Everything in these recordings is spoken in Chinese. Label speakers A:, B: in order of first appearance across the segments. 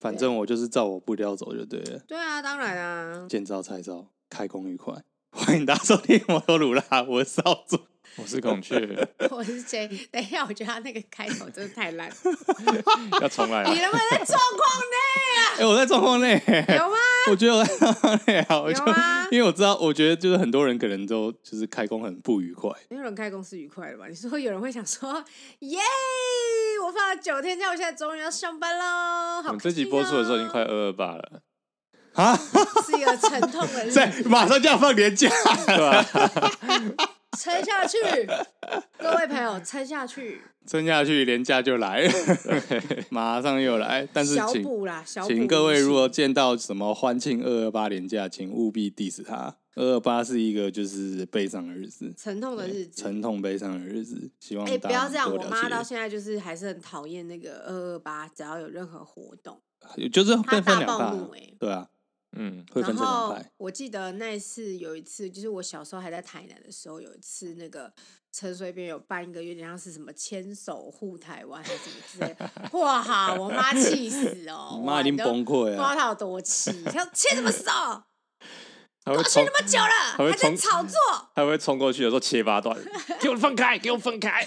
A: 反正我就是照我步调走就对了。
B: 对啊，当然啊，
A: 见招拆招，开工愉快！ 欢迎大家收听《摩托鲁拉》，我是少主。
C: 我是孔雀，
B: 我是谁？等一下，我觉得他那个开头真的太烂，
C: 要重来啊。
B: 你能不能在状况
A: 哎、我在状况内、
B: 内啊？有吗？
A: 我觉得我在状况内啊，我就
B: 有 吗
A: 因为我知道，我觉得就是很多人可能都就是开工很不愉快。
B: 没有人开公司愉快了吧？你说有人会想说，耶，我放了九天假，我现在终于要上班喽！
C: 我
B: 好、
C: 们这集播出的时候已经快二二八了，
B: 哦是一个沉痛的日
A: 啊 在
B: 子，
A: 马上就要放年假，
C: 对啊吧、
B: 撑下去，各位朋友，撑下去，
A: 撑下去年假就来了， 马上又来。但是
B: 小
A: 请
B: 补啦，小补。
A: 请各位如果见到什么欢庆二二八年假，请务必 diss 他。二二八是一个就是悲伤的日子，
B: 沉痛的日子，
A: 沉痛悲伤的日子，希望
B: 哎、
A: 大
B: 不要这
A: 家
B: 样！
A: 能
B: 我
A: 多
B: 妈到
A: 了
B: 现在就是还是很讨厌那个二二八，只要有任何活动，
A: 解，就是
B: 她
A: 会分
B: 大
A: 两
B: 暴怒哎、
A: 派，对啊，
C: 嗯，
A: 会分
B: 然
A: 成两
B: 后
A: 派。
B: 我记得那一次有一次，就是我小时候还在台南的时候，有一次那个陈水扁有办一个有点像是什么牵手护台湾还是什么之类的，哇，我妈气死哦！
A: 你
B: 哇
A: 妈已经
B: 你都
A: 崩溃啊了
B: 不知道，她有多气，她说牵什么手？
C: 还会
B: 我牵
C: 冲，
B: 那么久
C: 还
B: 了，
C: 会
B: 还在
C: 冲
B: 炒作，
C: 还会冲过去，有时候切 八段，给我分开，给我分开。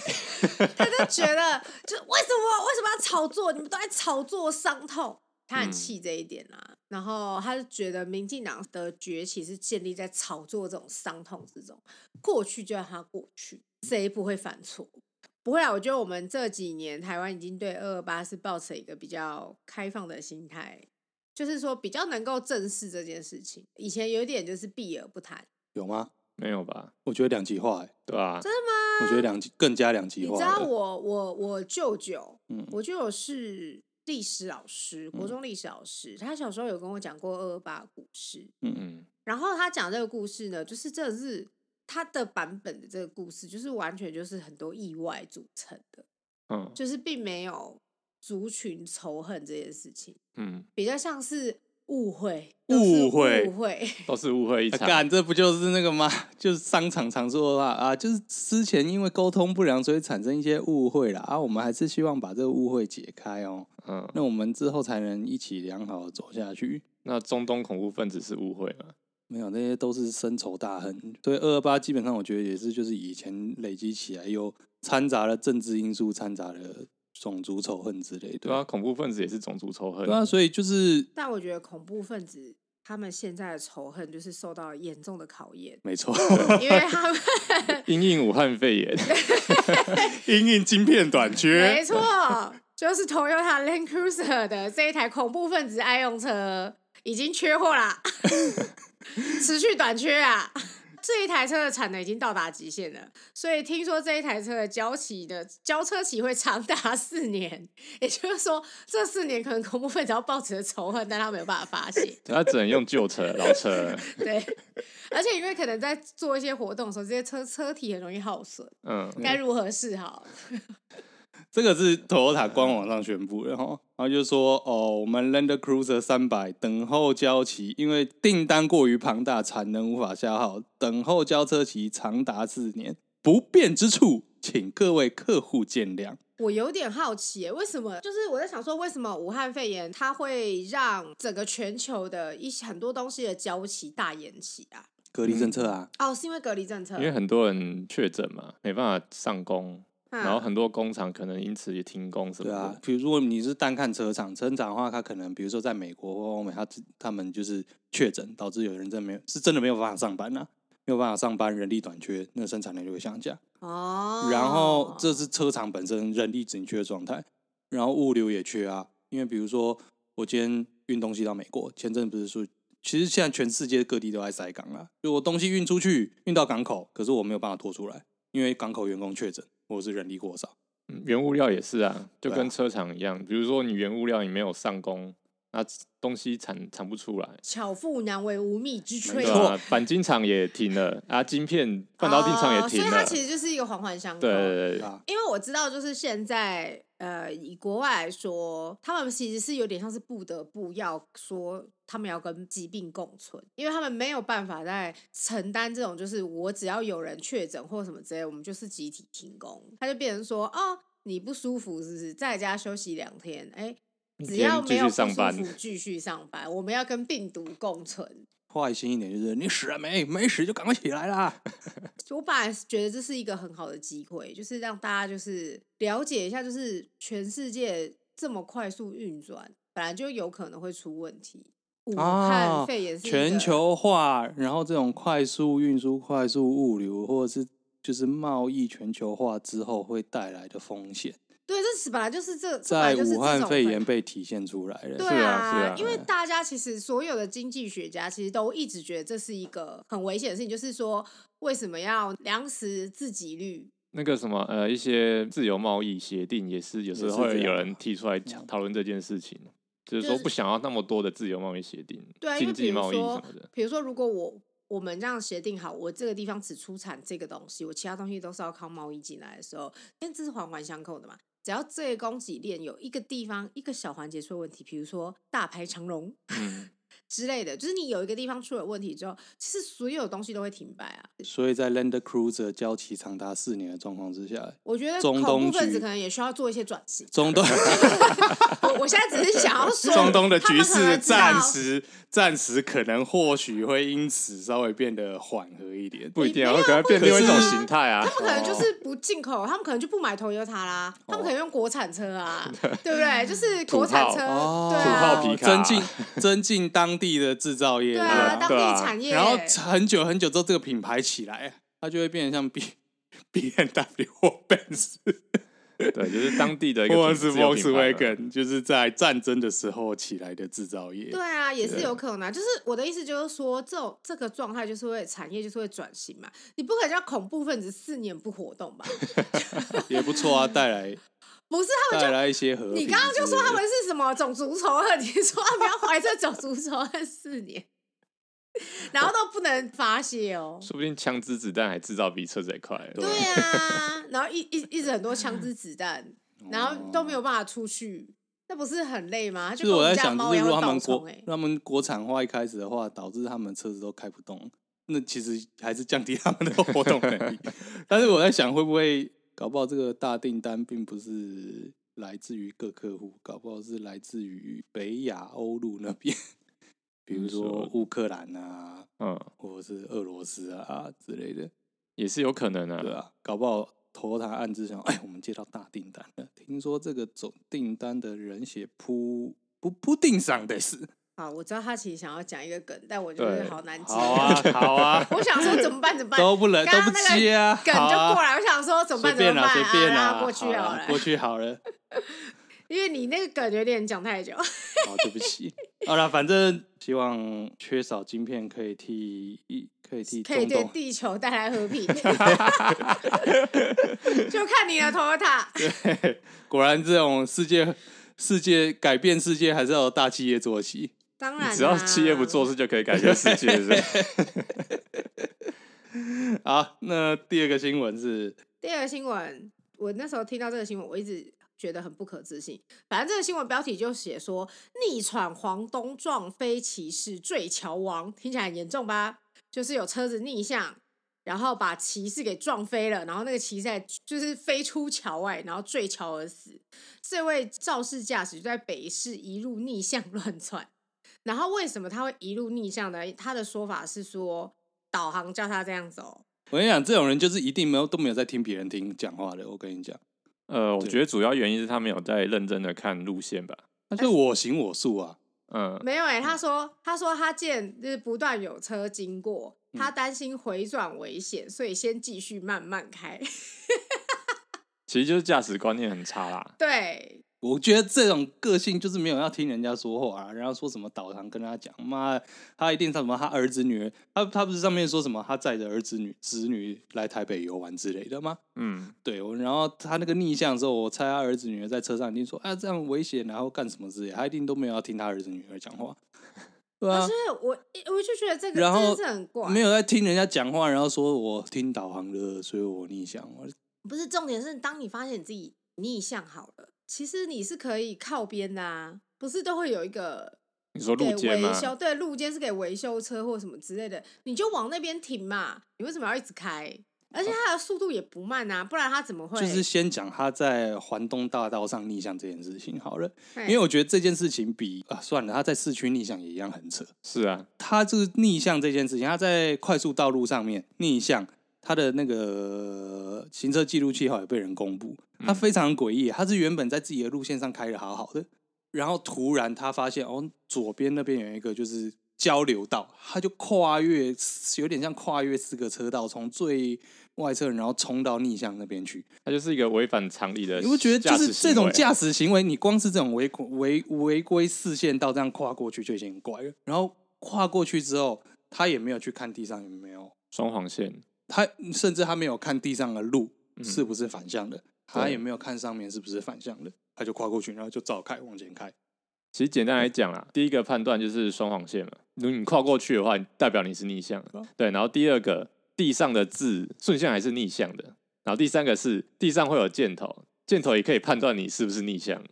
B: 她就觉得就为什么为什么要炒作？你们都在炒作伤痛。她很
C: 嗯
B: 气这一点啦、啊然后她就觉得民进党的崛起是建立在炒作这种伤痛之中，过去就让它过去，谁不会犯错？不会啊，我觉得我们这几年台湾已经对二二八是抱持一个比较开放的心态，就是说比较能够正视这件事情。以前有点就是避而不谈，
A: 有吗？
C: 没有吧？
A: 我觉得两极化、欸，
C: 对吧、啊？
A: 我觉得两极更加两
B: 你
A: 极化
B: 知道
A: 了。
B: 我我我舅舅，
A: 嗯
B: 我舅舅是历史老师，国中历史老师，他小时候有跟我讲过二二八的故事，
C: 嗯，
B: 然后他讲这个故事呢，就是真的是他的版本的这个故事，就是完全就是很多意外组成的，
C: 嗯
B: 就是并没有族群仇恨这件事情，
C: 嗯，
B: 比较像是误会，都是
A: 误会
B: 误会，
C: 都是误会一
A: 啊
C: 场。
A: 干、这不就是那个吗？ 就是商场常说的话啊，就是之前因为沟通不良，所以产生一些误会啦。啊，我们还是希望把这个误会解开哦、
C: 嗯，
A: 那我们之后才能一起良好的走下去。
C: 那中东恐怖分子是误会吗？
A: 没有，那些都是深仇大恨。所以二二八基本上，我觉得也是就是以前累积起来，又掺杂了政治因素，掺杂了种族仇恨之类的。
C: 对啊，，恐怖分子也是种族仇恨。
A: 对啊，所以就是，
B: 但我觉得恐怖分子他们现在的仇恨就是受到严重的考验
A: 没错，
C: 啊
B: 因为他们。
C: 因应武汉肺炎，
A: 因应晶片短缺
B: 没，错，就是 Toyota Land Cruiser 的这一台恐怖分子爱用车已经缺货啦， 持续短缺啊。这一台车的产能已经到达极限了，所以听说这一台车的交期的交车期会长达四年，也就是说这四年可能恐怖分子要抱持着仇恨，但他没有办法发泄。
C: 他只能用旧车、老 车。
B: 对，而且因为可能在做一些活动的时候，这些车车体很容易耗损，
C: 嗯，
B: 该如何是好？
A: 这个是 Toyota 官网上宣布的哈，然后就说哦，我们 Land Cruiser 三百等候交期，因为订单过于庞大，产能无法消耗，等候交车期长达四年，不便之处，请各位客户见谅。
B: 我有点好奇耶，为什么？就是我在想说，为什么武汉肺炎它会让整个全球的一些很多东西的交期大延期啊？
A: 隔离政策啊，
B: 哦，是因为隔离政策
C: 因，为很多人确诊嘛，没办法上工，
B: 嗯
C: 然后很多工厂可能因此也停工什么
A: 对啊
C: 的。，
A: 比如如果你是单看车厂，车厂的话，它可能比如说在美国或欧美，它他们就是确诊，导致有人真的没有是真的没有办法上班啊，没有办法上班，人力短缺，那生产量就会下降。
B: 哦，
A: 然后这是车厂本身人力紧缺的状态，然后物流也缺啊，因为比如说我今天运东西到美国，前阵不是说，其实现在全世界各地都在塞港啊，就我东西运出去，运到港口，可是我没有办法拖出来，因为港口员工确诊或者是人力过少。
C: 嗯原物料也是啊，就
A: 对啊
C: 跟车厂一样，比如说你原物料你没有上工，那东西产产不出来，
B: 巧妇难为无米之炊，
C: 对啊，钣金厂也停了啊，晶片半导体厂也
B: 哦
C: 停
B: 所以它
C: 了，
B: 其实就是一个环环相扣。
C: 对对对
A: 对
C: 对，
A: 啊
B: 因为我知道，就是现在，呃，以国外来说，他们其实是有点像是不得不要说，他们要跟疾病共存，因为他们没有办法再承担这种，就是我只要有人确诊或什么之类，我们就是集体停工，他就变成说，哦，你不舒服是不是，在家休息两天，哎，只要没有
C: 继续上班
B: 不舒服继续上班，我们要跟病毒共存。
A: 坏心一点就是你死了没？没死就赶快起来啦！
B: 我本来是觉得这是一个很好的机会，就是让大家就是了解一下，就是全世界这么快速运转，本来就有可能会出问题。武汉
A: 啊
B: 肺炎是一个
A: 全球化，然后这种快速运输、快速物流，或者是就是贸易全球化之后会带来的风险，
B: 对，这是本来就是这这本来
A: 在
B: 就是这
A: 武汉
B: 种
A: 肺
B: 很
A: 炎被体现出来了。
B: 对
C: 是啊是啊
B: 因为
A: 嗯
B: 大家其实所有的经济学家其实都一直觉得这是一个很危险的事情，就是说为什么要粮食自给率？
C: 那个什么呃，一些自由贸易协定也是有时候
A: 也是这样
C: 会
A: 嗯
C: 有人提出来讲讨论这件事情，就是
B: 就
C: 说
B: 是
C: 不想要那么多的自由贸易协定、
B: 对啊，因为
C: 经
B: 比
C: 济
B: 如
C: 贸易
B: 说
C: 什么的，，
B: 比如说如果我我们这样协定好，我这个地方只出产这个东西，我其他东西都是要靠贸易进来的时候，因为这是环环相扣的嘛。只要这个供给链有一个地方一个小环节出了问题，比如说大排长龙，
C: 嗯，
B: 之类的，就是你有一个地方出了问题之后，其实所有东西都会停摆啊。
A: 所以在 Land Cruiser 交期长达四年的状况之下，
B: 我觉得
A: 中
B: 恐怖
A: 东
B: 分子
A: 局
B: 可能也需要做一些转型。
A: 中 东
B: 我我现在只是想 要说，
A: 中东的
B: 他
A: 局
B: 们可能
A: 势
B: 知道
A: 暂时暂时可能或许会因此稍微变得缓和一点。
C: 不一定啊，
B: 没有
C: 可能要变
B: 不一定
C: 另
B: 啊
C: 外一种形态啊
B: 他。们可能就是不进口，他们可能就不买 Toyota 啦，他们可能用国产车啊，对不对？就是国产车，
C: 土
A: 哦，
B: 对
C: 土炮
B: 啊
C: 皮，卡
A: 增进增进当地的制造业，
B: 对
A: 吧
B: 啊，当
C: 对
B: 地
C: 啊
B: 产业，
A: 然后很久很久之后，这个品牌起来，啊它就会变得像 B B N W 或 Benz
C: 对，就是当地的一 个
A: 或者
C: 品
A: 是
C: 自有品牌嘛
A: Volkswagen，就是在战争的时候起来的制造业。
B: 对啊，也是有可能、啊。就是我的意思就是说，这种这个状态就是会产业就是会转型嘛，你不可能叫恐怖分子四年不活动吧？
A: 也不错啊，带来
B: 不是 他们就
A: 带来一些和平之类
B: 你
A: 的。
B: 刚刚就说他们是什么种族仇恨，你说他们要怀着种族仇恨四年， 然后都不能发泄哦。
C: 说不定枪支子弹还制造比车子还快。
A: 对
B: 对啊，然后一一一直很多枪支子弹，
A: 嗯
B: 然后都没有办法出去，那不是很累吗？
A: 就
B: 就是跟
A: 我
B: 们
A: 在
B: 家
A: 想，就
B: 猫一
A: 是
B: 样
A: 如果
B: 会
A: 他
B: 倒
A: 们国
B: 冲哎。
A: 他们国产化一开始的话，导致他们车子都开不动，那其实还是降低他们的活动 能力。但是我在想，会不会搞不好这个大订单并不是来自于各客户，搞不好是来自于北亚欧陆那边， 比如
C: 你说
A: 说乌克兰啊，
C: 嗯，
A: 或者是俄罗斯啊之类的，
C: 也是有可能啊。
A: 对啊，搞不好。头塔暗自想， 哎，我们接到大订单了。听说这个总订单的人血铺不铺定上的是，
B: 好，我知道他其实想要讲一个梗，但我就是
C: 对
B: 好难接。
A: 好 啊，好啊，
B: 我想说怎么办？怎么办？
A: 都不能
B: 刚
A: 都
B: 刚
A: 不
B: 那个
A: 接啊，
B: 梗
A: 好
B: 就
A: 啊
B: 过来，我想说怎么
A: 随便
B: 办？怎么办？
A: 啦，随便
B: 啊，
A: 啦，
B: 让它过去
A: 好啦
B: 好了
A: 过，去好 了。
B: 因为你那个梗有点讲太久。
A: 好，对不起。好了，反正希望缺少晶片可以替可以替
B: 可以
A: 中
B: 对
A: 东
B: 地球带来 和平， 就看你的 Toyota。
A: 对。果然，这种世界世界改变世界还是要有大企业做起。
B: 当然、啊，
C: 只要企业不做，事就可以改变世界，是不 是
A: 好，那第二个新闻是
B: 第二个新闻，我那时候听到这个新闻，我一直觉得很不可置信。反正这个新闻标题就写说“逆闯黄东撞飞骑士坠桥亡”，听起来很严重吧？就是有车子逆向，然后把骑士给撞飞了，然后那个骑士还就是飞出桥外，然后坠桥而死。这位肇事驾驶就在北市一路逆向 乱窜。然后为什么他会一路逆向呢？他的说法是说，导航叫他这样哦走。
A: 我跟你讲，这种人就是一定没有都没有在听别人听讲话的。我跟你讲，
C: 呃，我
A: 对
C: 觉得主要原因是他没有在认真的看路线吧。
A: 那就我行我素啊。
C: 嗯，
B: 没有哎、他说他说他见就是不断有车经过，他
A: 嗯
B: 担心回转危险，所以先继续慢慢开。
C: 其实就是驾驶观念很差啦。
B: 对，
A: 我觉得这种个性就是没有要听人家说话、啊，然后说什么导航跟他讲，妈，他一定什么他儿子女儿，他他不是上面说什么他载着儿子女子女来台北游玩之类的吗？
C: 嗯，
A: 对，我然后他那个逆向的时候，我猜他儿子女儿在车上一定说啊这样危险，然后干什么之类的，他一定都没有要听他儿子女儿讲话，对
B: 可
A: 啊
B: 是，我我就觉得这个
A: 然
B: 真
A: 后
B: 的是很怪，
A: 没有在听人家讲话，然后说我听导航的，所以我逆向，我
B: 不是重点是，当你发现你自己逆向好了，其实你是可以靠边的啊，不是都会有一个
C: 你说
B: 给
C: 路肩吗
B: 维？修，对，路肩是给维修车或什么之类的，你就往那边停嘛，你为什么要一直开？而且它的速度也不慢啊，不然它怎么会？
A: 哦就是先讲他在环东大道上逆向这件事情好了，
B: 嘿
A: 因为我觉得这件事情比啊算了，他在市区逆向也一样很扯。
C: 是啊，
A: 他这个逆向这件事情，他在快速道路上面逆向，他的那个呃行车记录器好像也被人公布，他非常诡异，他是原本在自己的路线上开的好好的，然后突然他发现哦，左边那边有一个就是交流道，他就跨越，有点像跨越四个车道，从最外侧然后冲到逆向那边去，
C: 它就是一个违反常理的。
A: 你不觉得就是这种，驾驶行为，你光是这种违规违违规视线道这样跨过去就已经很怪了。然后跨过去之后，他也没有去看地上有没有，
C: 双黄线？
A: 他甚至他没有看地上的路
C: 嗯
A: 是不是反向的，他
C: 对
A: 也没有看上面是不是反向的，他就跨过去，然后就照开往前开。
C: 其实简单来讲啦，第一个判断就是双黄线嘛，如果你跨过去的话，代表你是逆向
A: 对啊。
C: 对，然后第二个，地上的字顺向还是逆向的。然后第三个是地上会有箭头，箭头也可以判断你是不是逆向。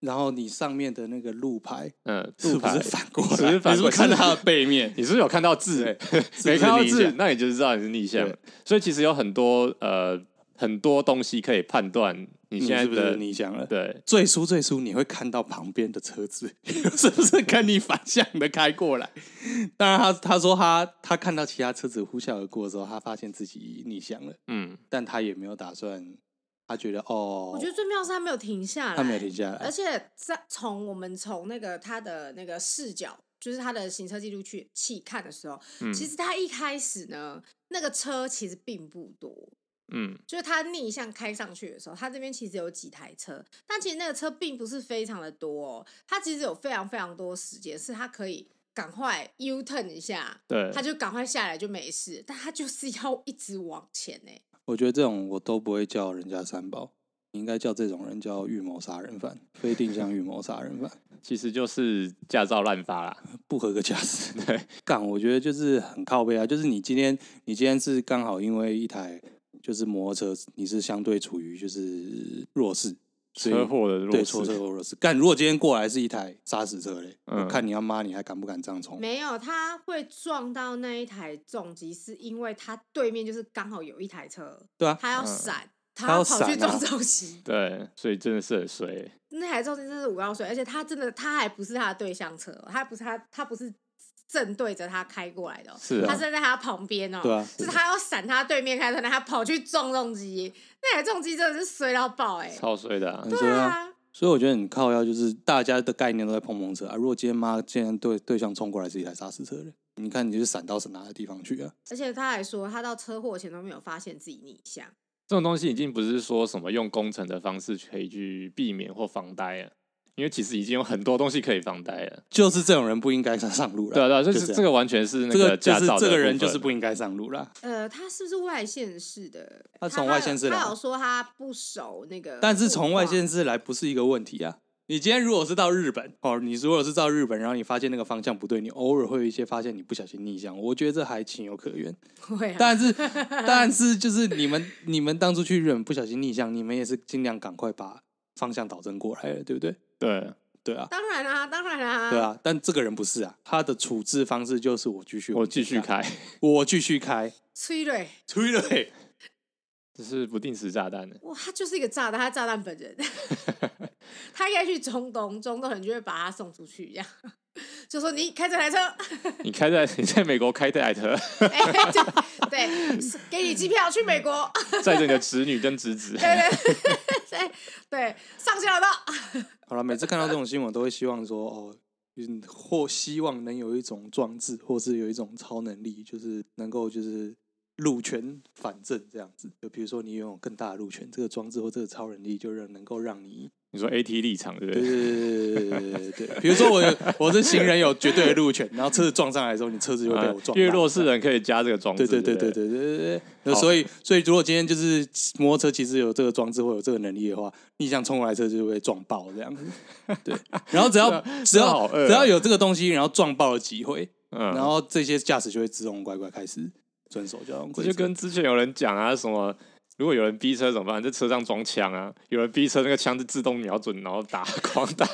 A: 然后你上面的那个路牌
C: 嗯，
A: 是
C: 路
A: 不
C: 牌
A: 是反过
C: 是不
A: 来？
C: 是反
A: 你是不
C: 过
A: 是看到
C: 来
A: 它的背面？
C: 你是不是有看到字
A: 对？是不是
C: 没看到
A: 逆
C: 字
A: 向，
C: 那你就知道你是逆向
A: 对。
C: 所以其实有很多呃很多东西可以判断你
A: 你
C: 现在
A: 是不
C: 的
A: 是逆向了？
C: 对
A: 最初最初你会看到旁边的车子 是不是跟你反向的开过来？当然他，他说他他看到其他车子呼啸而过的时候，他发现自己逆向了，
C: 嗯
A: 但他也没有打算，他觉得哦，
B: 我觉得最妙是他没有停下来，
A: 他没有停下来
B: 而且在从我们从那个他的那个视角，就是他的行车记录器器看的时候，
C: 嗯
B: 其实他一开始呢，那个车其实并不多，
C: 嗯
B: 就是他逆向开上去的时候，他这边其实有几台车，但其实那个车并不是非常的多哦，他其实有非常非常多时间是他可以赶快 U turn 一下，
C: 对
B: 他就赶快下来就没事，但他就是要一直往前欸呢、
A: 我觉得这种我都不会叫人家三宝，你应该叫这种人叫预谋杀人犯，非定向预谋杀人犯，
C: 其实就是驾照滥发啦。
A: 不合格驾驶。
C: 对，
A: 干，我觉得就是很靠背啊，就是你今天你今天是刚好因为一台就是摩托车，你是相对处于就是弱势，所以
C: 车祸的
A: 对
C: 弱
A: 错
C: 势，
A: 车祸弱势。干，如果今天过来是一台砂石车嘞，
C: 嗯
A: 我看你要妈，你还敢不敢这样冲？
B: 没有，他会撞到那一台重机，是因为他对面就是刚好有一台车，
A: 对啊，
B: 他要
C: 嗯
B: 闪，
A: 他
B: 他
A: 要
B: 跑去
A: 闪啊
B: 撞重机，
C: 对，所以真的是很衰。
B: 那台重机真是五幺水，而且他真的他还不是他的对向车哦，他不是他他不是正对着他开过来的哦，
C: 是啊
B: 他站在他旁边哦，
A: 对啊，
B: 是他要闪他对面开车，然后他跑去撞重机，那台重机真的是衰到爆哎、
C: 超衰的、啊
A: 很。衰
B: 对
A: 啊。
B: 啊，
A: 所以我觉得很靠腰，就是大家的概念都在碰碰车啊。如果今天妈今天对对象冲过来是一台砂石车嘞，你看你就是闪到是哪个地方去啊？
B: 而且他还说他到车祸前都没有发现自己逆向，
C: 这种东西已经不是说什么用工程的方式可以去避免或防呆了，因为其实已经有很多东西可以防呆了。
A: 就是这种人不应该上上路了。
C: 对啊，对啊，
A: 就
C: 就是
A: 这
C: 这
A: 样
C: 个完全是那
A: 这个就
C: 驾
A: 是
C: 照的
A: 这个
C: 部
A: 人就是
C: 分
A: 不应该上路啦。
B: 呃，他是不是外县市的？
A: 他从外县市
B: 他有，
A: 来啊
B: 他有说他不熟那个，
A: 但是从外县，市来不是一个问题啊。你今天如果是到日本哦，你如果是到日本，然后你发现那个方向不对，你偶尔会有一些发现你不小心逆向，我觉得这还情有可 原。
B: 会啊，
A: 但是但是就是你们你们当初去日本不小心逆向，你们也是尽量赶快把方向导正过来了，对不对？
C: 对，
A: 对啊，
B: 当然啦、当然啦、
A: 对，啊。但这个人不是啊，他的处置方式就是我继续
C: 我继续
A: 往前，
C: 开，
A: 我继续开，
B: 崔瑞，
A: 吹了欸
C: 这是不定时炸弹的。
B: 哇，他就是一个炸弹，他炸弹 本人，他应该去中东，中东人就会把他送出去一样。就说你开这台车，
C: 你开在 你在美国开这台车，
B: 哎、就对，是给你机票去美国，
A: 嗯
C: 载着你的侄女跟侄子，
B: 对对 对对，上交流道，
A: 好了，每次看到这种新闻，都会希望说哦，嗯，或希望能有一种壮志，或是有一种超能力，就是能够就是路权反正这样子。就比如说你拥有更大的路权，这个装置或这个超能力，就让能够让你
C: 你说 AT 立场对不
A: 对
C: 对？
A: 对对对对对对。比如说我有我是行人有绝对的路权，然后车子撞上来的时候，你车子就会被我
C: 啊
A: 撞。
C: 越弱势。人可以加这个装置，
A: 对对对对
C: 对不对，
A: 对对对对，
C: 好
A: 所以所以如果今天就是摩托车其实有这个装置或有这个能力的话，逆向冲过来车就会撞爆这样子。对， 然后只 要只
C: 这好
A: 要
C: 饿啊
A: 只要有这个东西，然后撞爆了几回，
C: 嗯，
A: 然后这些驾驶就会自动乖乖开始遵守交通
C: 这
A: 规
C: 就
A: 则。
C: 跟之前有人讲啊，什么如果有人逼车怎么办？在车上装枪啊！有人逼车，那个枪是自动瞄准，然后打， 狂打。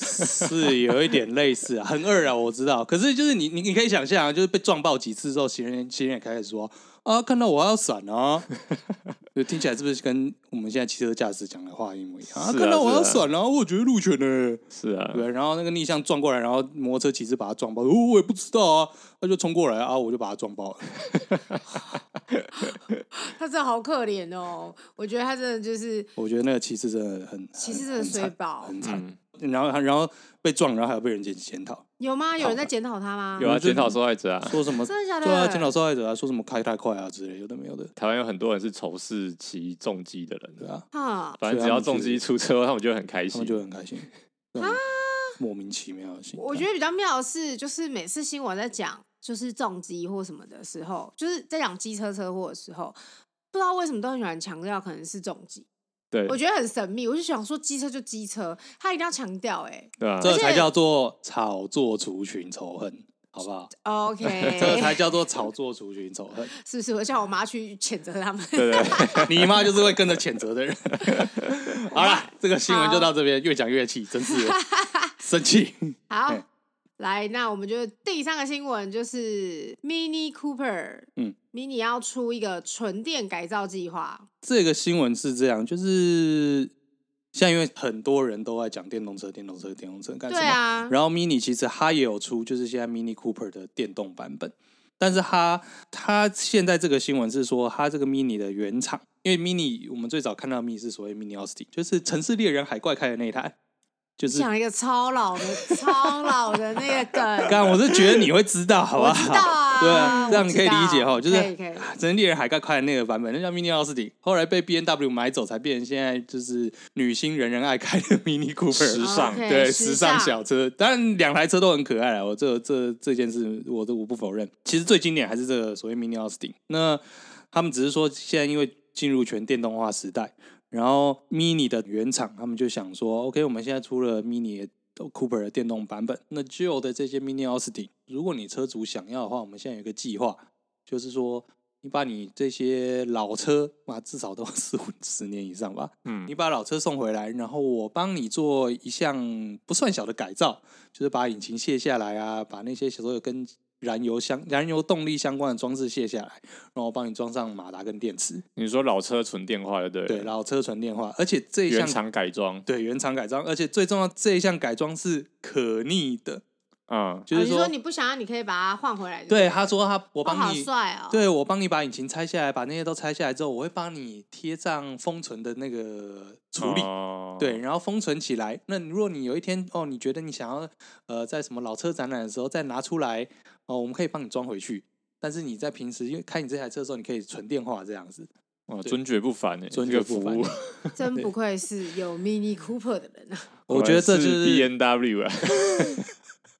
A: 是有一点类似啊，很二啊，我知道。可是就是你你你可以想象啊，就是被撞爆几次之后，行人行人也开始说啊，看到我要闪 啊，就听起来是不是跟我们现在汽车驾驶讲的话一模一样？
C: 是啊
A: 看到我要
C: 是啊
A: 闪啊，我觉得路权呢、
C: 是啊，
A: 对，然后那个逆向撞过来，然后摩托车骑士把他撞爆，哦，我也不知道啊，他就冲过来啊，我就把他撞爆了。
B: 他真的好可怜哦，我觉得他真的就是
A: 我觉得那个骑士真的很，
B: 骑士
A: 很很
B: 真的衰
A: 惨
B: 宝
A: 很惨。
C: 嗯，
A: 然后然后被撞，然后还要被人家检讨，
B: 有吗？有人在检讨他吗？
C: 有啊，
A: 就
C: 检讨受害者啊。
A: 说什么
B: 真的假的？
A: 对啊，检讨受害者啊，说什么开太快啊之类，有的没有的，
C: 台湾有很多人是仇视骑重机的人，
A: 对啊，
B: 哈，
C: 反正只要重机出车，他们就会很开
A: 他
C: 心
A: 们。就很开心。啊，莫名其妙的心态，
B: 我觉得比较妙的是，就是每次新闻在讲就是重机或什么的时候，就是在讲机车车祸的时候，不知道为什么都很喜欢强调可能是重机，
C: 对，
B: 我觉得很神秘。我就想说，机车就机车，他一定要强调哎、
C: 对啊，
A: 这
B: 且
A: 才叫做炒作族群仇恨，好不好？这
B: OK，
A: 才叫做炒作族群仇恨。
B: 是不是？我叫我妈去谴责他们。
C: 对对对
A: 你妈就是会跟着谴责的人。 好啦，这个新闻就到这边，越讲越气，真是的生气。
B: 好
A: 嘿，
B: 来，那我们就第三个新闻就是 Mini Cooper，
A: 嗯
B: ，Mini 要出一个纯电改造计划，
A: 这个新闻是这样，就是现在因为很多人都在讲电动车、电动车、电动车呃干什
B: 对
A: 么？
B: 啊，
A: 然后 Mini 其实它也有出，就是现在 Mini Cooper 的电动版本，但是它它现在这个新闻是说，它这个 Mini 的原厂，因为 Mini 我们最早看到的 Mini 是所谓 Mini Austin，就是《城市猎人》海怪开的那一台，就是
B: 讲一个超老的、超老的那个梗，
A: 干，我是觉得你会知道，好不好？
B: 知道 啊
A: 对啊，这样你可以理解
B: 我
A: 哈，
B: 知
A: 就是
B: 道可以可以
A: 啊真猎人海盖快的那个版本，那叫 Mini 奥斯汀，后来被 B N W 买走，才变成现在就是女星人人爱开的 Mini Cooper，
C: 时尚
B: 哦 OK，
A: 对，
B: 时
A: 时尚小车。当然，两台车都很可爱啊，我这这这件事，我都我不否认。其实最经典还是这个所谓 Mini Austin。那他们只是说，现在因为进入全电动化时代，然后 Mini 的原厂他们就想说，OK，我们现在出了 Mini 的 Cooper 的电动版本，那旧的这些 Mini Austin，如果你车主想要的话，我们现在有一个计划，就是说。你把你这些老车嘛，至少都十五十年以上吧，
C: 嗯
A: 你把老车送回来，然后我帮你做一项不算小的改造，就是把引擎卸下来啊，把那些所有跟燃油相、燃油动力相关的装置卸下来，然后我帮你装上马达跟电池，
C: 你说老车纯电化的对了
A: 对，老车纯电化，而且这一
C: 原
A: 项
C: 厂改装，
A: 对原厂改装，而且最重要这一项改装是可逆的，
C: 嗯，
A: 就是
B: 哦你说你不想要，你可以把它换回来。
A: 对
B: 不
A: 他说他我
B: 哦
A: 帮
B: 好
A: 你。
B: 帅哦，
A: 对，我帮你把引擎拆下来，把那些都拆下来之后，我会帮你贴上封存的那个处理，
C: 哦
A: 对，，然后封存起来。那如果你有一天哦，你觉得你想要呃，在什么老车展览的时候再拿出来哦，我们可以帮你装回去。但是你在平时因为开你这台车的时候，你可以存电话这样子。
C: 哇，
A: 对
C: 尊爵不凡哎，
A: 尊
C: 这个
A: 爵不
C: 服
A: 凡
C: 务，
B: 真不愧是有 Mini Cooper 的人啊！
A: 我觉得这就是
C: B N W 啊，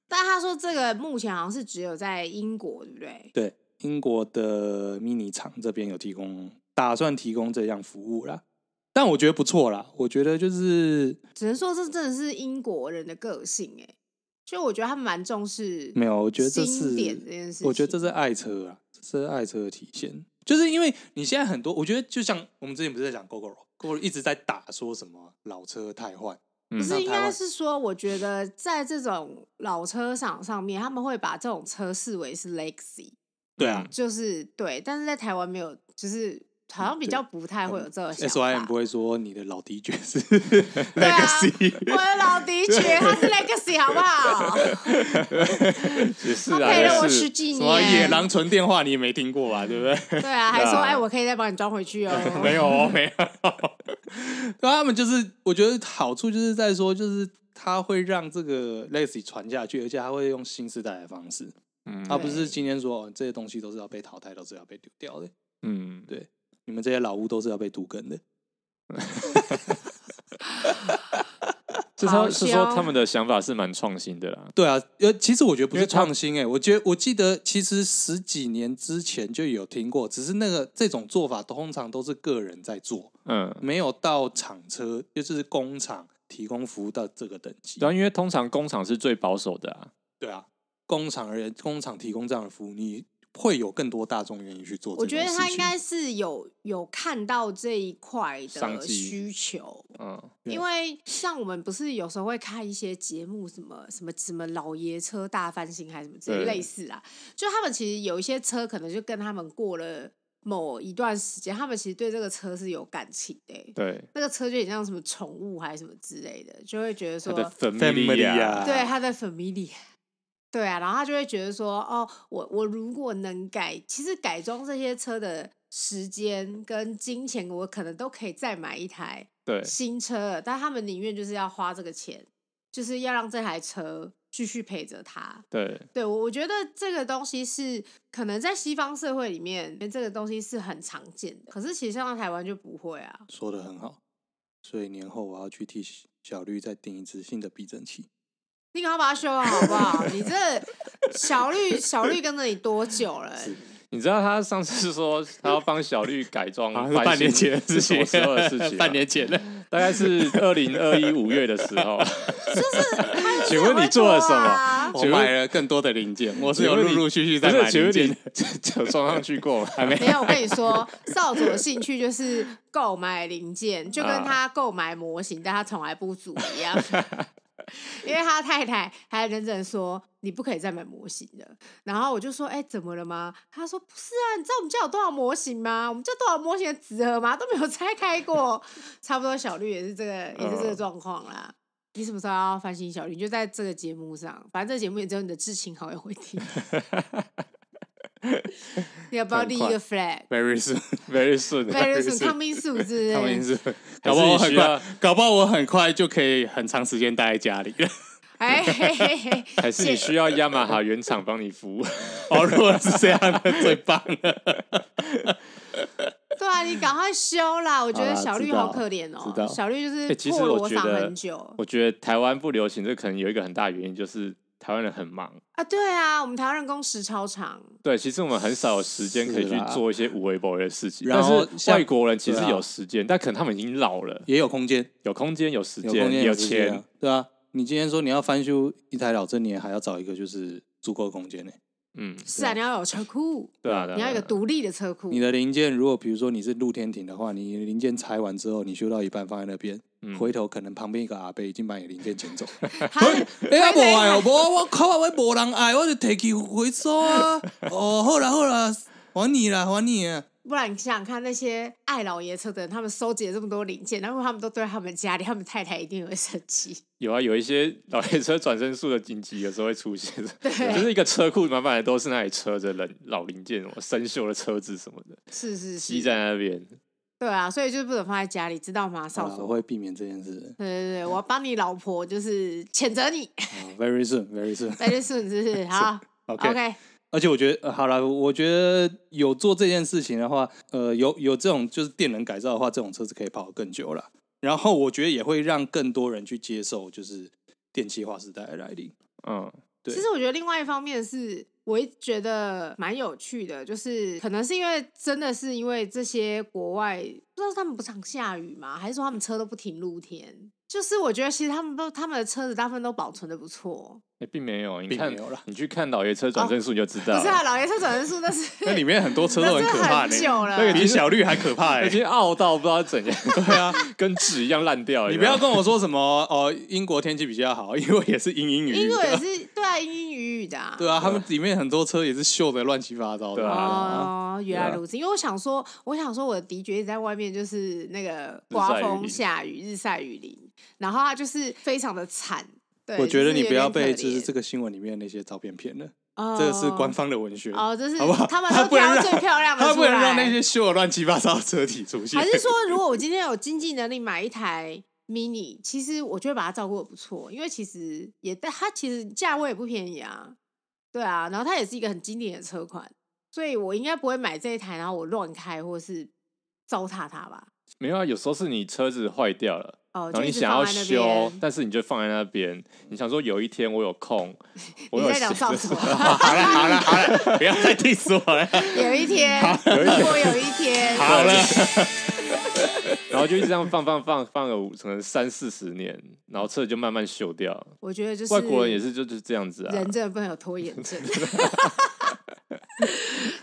B: 但他说这个目前好像是只有在英国，对不对？
A: 对英国的 mini 厂这边有提供，打算提供这样服务啦。但我觉得不错啦，我觉得就是
B: 只能说这真的是英国人的个性哎、就我觉得他们蛮重视
A: 没有，我觉得这
B: 经
A: 是
B: 典这件事情。
A: 我觉得这是爱车啊，这是爱车的体现。就是因为你现在很多，我觉得就像我们之前不是在讲 GoGo，GoGo 一直在打说什么老车太换，
B: 不
C: 嗯
B: 是应
A: 台
B: 该
A: 湾
B: 是说，我觉得在这种老车厂上面，他们会把这种车视为是 legacy，
A: 对啊
B: 嗯就是对，但是在台湾没有，就是好像比较不太会有这个
A: 嗯
B: 想
A: ，S Y M
B: 法。
A: 不会说你的老的爵士
B: 对啊
A: legacy，
B: 我 的老的确，他是 legacy 好不好？
C: 也是
B: 他
C: 啊，
B: 陪
C: 也
B: 了我
C: 是
B: 十几
A: 什么
B: 年，
A: 野狼纯电话你也没听过吧？对不对？
B: 对啊，还说
C: 啊
B: 哎，我可以再帮你装回去哦。
A: 没有哦，没有。对啊他们就是，我觉得好处就是在说，就是它会让这个 legacy 传下去，而且它会用新时代的方式，
C: 嗯
D: 啊
A: 它不是
B: 对
A: 今天说、哦、这些东西都是要被淘汰，都是要被丢掉的。
C: 嗯，
A: 你们这些老屋都是要被毒根的。
C: 是
B: 好
C: 他是说
B: 笑
C: 他们的想法是蛮创新的啦，
A: 对啊，呃，其实我觉得不
C: 因
A: 是
C: 为他
A: 创新、欸，我觉得我记得其实十几年之前就有听过，只是那个这种做法通常都是个人在做，
C: 嗯，
A: 没有到厂车，就是工厂提供服务到这个等级。
C: 然后因为通常工厂是最保守的啊，
A: 对啊，工厂而言，工厂提供这样的服务，你会有更多大众愿意去做这
B: 我
A: 种事情。
B: 觉得他应该是有有看到这一块
C: 商
B: 的
C: 机
B: 需求，
C: 嗯，
A: 对
B: 因为像我们不是有时候会看一些节目，什么什么什么老爷车大翻新还是什么之类
C: 对
B: 类似啊，就他们其实有一些车可能就跟他们过了某一段时间，他们其实对这个车是有感情的欸、
C: 对，
B: 那个车就很像什么宠物还是什么之类的，就会觉得
C: 他
B: 说
C: 的
A: family 啊
B: 对他的 family，对 啊，然后他就会觉得说，哦，我我如果能改，其实改装这些车的时间跟金钱，我可能都可以再买一台
C: 对
B: 新车了，但他们宁愿就是要花这个钱，就是要让这台车继续陪着他。
C: 对
B: 对我，我觉得这个东西是可能在西方社会里面，这个东西是很常见的，可是其实像在台湾就不会啊。
A: 说的很好，所以年后我要去替小绿再订一支新的避震器。
B: 你赶快把它修好好不好？ 你这小绿小绿跟着你多久了？
C: 你知道他上次说他要帮小绿改 装
D: 啊，是
C: 翻新，
D: 半年前的事
C: 是什
D: 情，
C: 么时候的事情啊？
D: 半年前的，
C: 大概是二零二一五月的时候。啊
B: 请问你做了什么？
D: 我
C: 请问
D: 买了更多的零件，我是有
C: 请
D: 陆
C: 问你
D: 陆续续
C: 不
D: 在买
C: 是，请
D: 零
C: 问
D: 件
C: 你
D: 的。
C: 这有装上去过吗？还没
B: 没有，我跟你说，少佐的兴趣就是购买零件，就跟他购买模型，但他从来不组一样。因为他太太还认真说你不可以再买模型了，然后我就说哎、怎么了吗？他说不是啊，你知道我们家有多少模型吗？我们家多少模型的纸盒吗？都没有拆开过。 差不多小绿也是这个也是这个
C: 嗯
B: 状况啦。你什么时候要翻新小绿？你就在这个节目上，反正这个节目也只有你的至亲好友会听。你要不要立一个 flag？
D: Very soon，
C: ，very soon。
B: 贝瑞 c o m i n g soon 之
D: 他
B: 类
D: 们
B: 的。
D: 是，搞不好我很
C: 需要
D: 快，搞不好我很快就可以很长时间待在家里了。
B: 哎嘿嘿嘿，
C: 还是你需要雅马哈原厂帮你服务？
D: 哦，如果是这样的，最棒了。
B: 对啊，你赶快修啦！我觉得
D: 好啦
B: 小绿
D: 知道
B: 好可怜
D: 知道
B: 哦，小绿就是
C: 欸其实
B: 破
C: 我
B: 锣
C: 觉
B: 嗓
C: 得
B: 很久
C: 我觉得台湾不流行，这可能有一个很大原因，就是台湾人很忙。
B: 啊。对啊，我们台湾人工时超长，
C: 对，其实我们很少有时间可以
A: 是
C: 去
A: 啦
C: 做一些无微不微的事情。
A: 然
C: 但
A: 后
C: 是
A: 像
C: 外国人其实
A: 对啊
C: 有时间，但可能他们已经老了，
A: 也有空间，
C: 有空间、有时
A: 有空
C: 间、
A: 间，
C: 有
A: 时间
C: 钱
A: 啊。，对啊。你今天说你要翻修一台老正年，还要找一个就是足够的空间呢、
C: 嗯，
B: 是啊，你要有车库，
C: 对啊，对啊
B: 你要有一个
C: 对啊
B: 独立的车库
A: 你，的零件如果比如说你是露天亭的话，你零件拆完之后，你修到一半放在那边，
C: 嗯
A: 回头可能旁边一个阿伯已经把你零件捡 走。
B: 他是
A: 哎呀，无
B: 回来
A: 爱哦，无我靠，我无人爱，我就摕去回收啊。哦，好啦好啦，还你啦，还你啊。
B: 不然你想想看，那些爱老爷车的人，他们收集了这么多零件，然后他们都堆在他们家里，他们太太一定会生气。
C: 有啊，有一些老爷车转身术的紧急有时候会出现，
B: 对
C: 就是一个车库满满的都是那里车着人老零件，什么生锈的车子什么的，
B: 是是
C: 积
B: 是，
C: 在那边。
B: 对啊，所以就是不能放在家里，知道吗？
A: 好
B: 少
A: 啦，我
B: 佐，
A: 会避免这件事。
B: 对对对，我要帮你老婆，就是谴责你，
A: 啊 very soon, very soon.
B: 那就是是不是好
A: OK，,
B: OK，
A: 而且我觉得、呃好了，我觉得有做这件事情的话，呃，有有这种就是电能改造的话，这种车子可以跑得更久了。然后我觉得也会让更多人去接受，就是电气化时代的来临。
C: 嗯，
A: 对
B: 其实我觉得另外一方面是，我一直觉得蛮有趣的，就是可能是因为真的是因为这些国外不知道是他们不常下雨吗？还是说他们车都不停露天？就是我觉得其实他们都他们的车子大部分都保存的不错，
C: 也并没有，你
A: 并
C: 看
A: 没有啦，
C: 你去看老爷车转身术你就知道
B: 不
C: 了。
B: 是啊，老爷车转身数那是
D: 那里面很多车都
B: 那是
D: 可怕呢、
B: 很久了
D: 那个比小绿还可
A: 欸
D: 怕哎、
C: 已经傲到不知道 怎样，对啊， 跟纸一样烂掉。啊
D: 你
C: 有
D: 不
C: 没有
D: 要跟我说什么哦，英国天气比较好，因为也是阴阴雨
B: 英
D: 雨
B: 国也
D: 的，
B: 是对啊，阴阴雨雨的啊。
D: 对啊，他们里面很多车也是锈的乱七八糟的
C: 对啊
D: 啊，
B: 哦，原来
C: 对啊
B: 如此。因为我想说，我想说，我的敌爵一直在外面，就是那个刮
C: 日晒雨
B: 风
C: 淋
B: 下雨、日晒雨淋，然后他就是非常的惨。对，
A: 我觉
B: 就
A: 得
B: 是
A: 你
B: 有
A: 不要
B: 点可
A: 被就是
B: 怜
A: 这个新闻里面那些照片骗了，
B: 哦
A: 这个是官方的文学。
B: 哦，这是
D: 好不好
B: 他们
D: 他
B: 都
D: 不能
B: 挑
D: 让
B: 最漂亮的
D: 他
B: 出
D: 不能让那
B: 来。
D: 些锈的乱七八糟的车体出现
B: 还。是说，如果我今天有经济能力买一台 mini，其实我就会把它照顾的不错，因为其实也但它其实价位也不便宜啊，对啊，然后它也是一个很经典的车款，所以我应该不会买这一台，然后我乱开或是糟蹋它吧。
C: 没有啊，有时候是你车子坏掉了，
B: 哦，
C: 然后
B: 就
C: 你
B: 一直
C: 想要
B: 放在那
C: 修
B: 边，。
C: 但是你就放在那边，你想说有一天我有 空，我
B: 你
C: 有
B: 在讲
C: 闲
B: 少
C: 的时
B: 佐
C: 候，
D: 好了好了好了，不要再 diss 我 了，
B: 有一天， 如果有一天，
D: 好了，
C: 然后就一直这样放放放放个五可能三四十年，然后车就慢慢锈掉。
B: 我觉得就是
C: 外国人也是就就是这样子 啊，
B: 人真的不能有拖延症。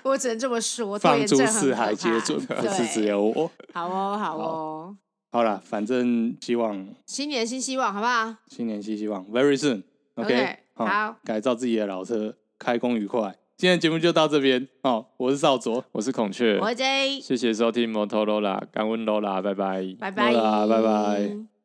B: 我只能这么说，拖
A: 放
B: 延
A: 诸
B: 症很
A: 四海
B: 可
A: 皆
B: 怕
A: 准，不是
B: 对，
A: 只有我。
B: 好哦，好哦，
A: 好了，反正希望
B: 新年新希望，好不好？
A: 新年新希望，very soon。
B: OK，
A: 好，
B: 好
A: 改造自己的老车，开工愉快。今天的节目就到这边哦，我是少卓，
C: 我是孔雀，
B: 我是 J，
C: 谢谢收听 Motorola，感恩 Lola，拜拜，
B: 拜拜，
A: 好啦拜拜。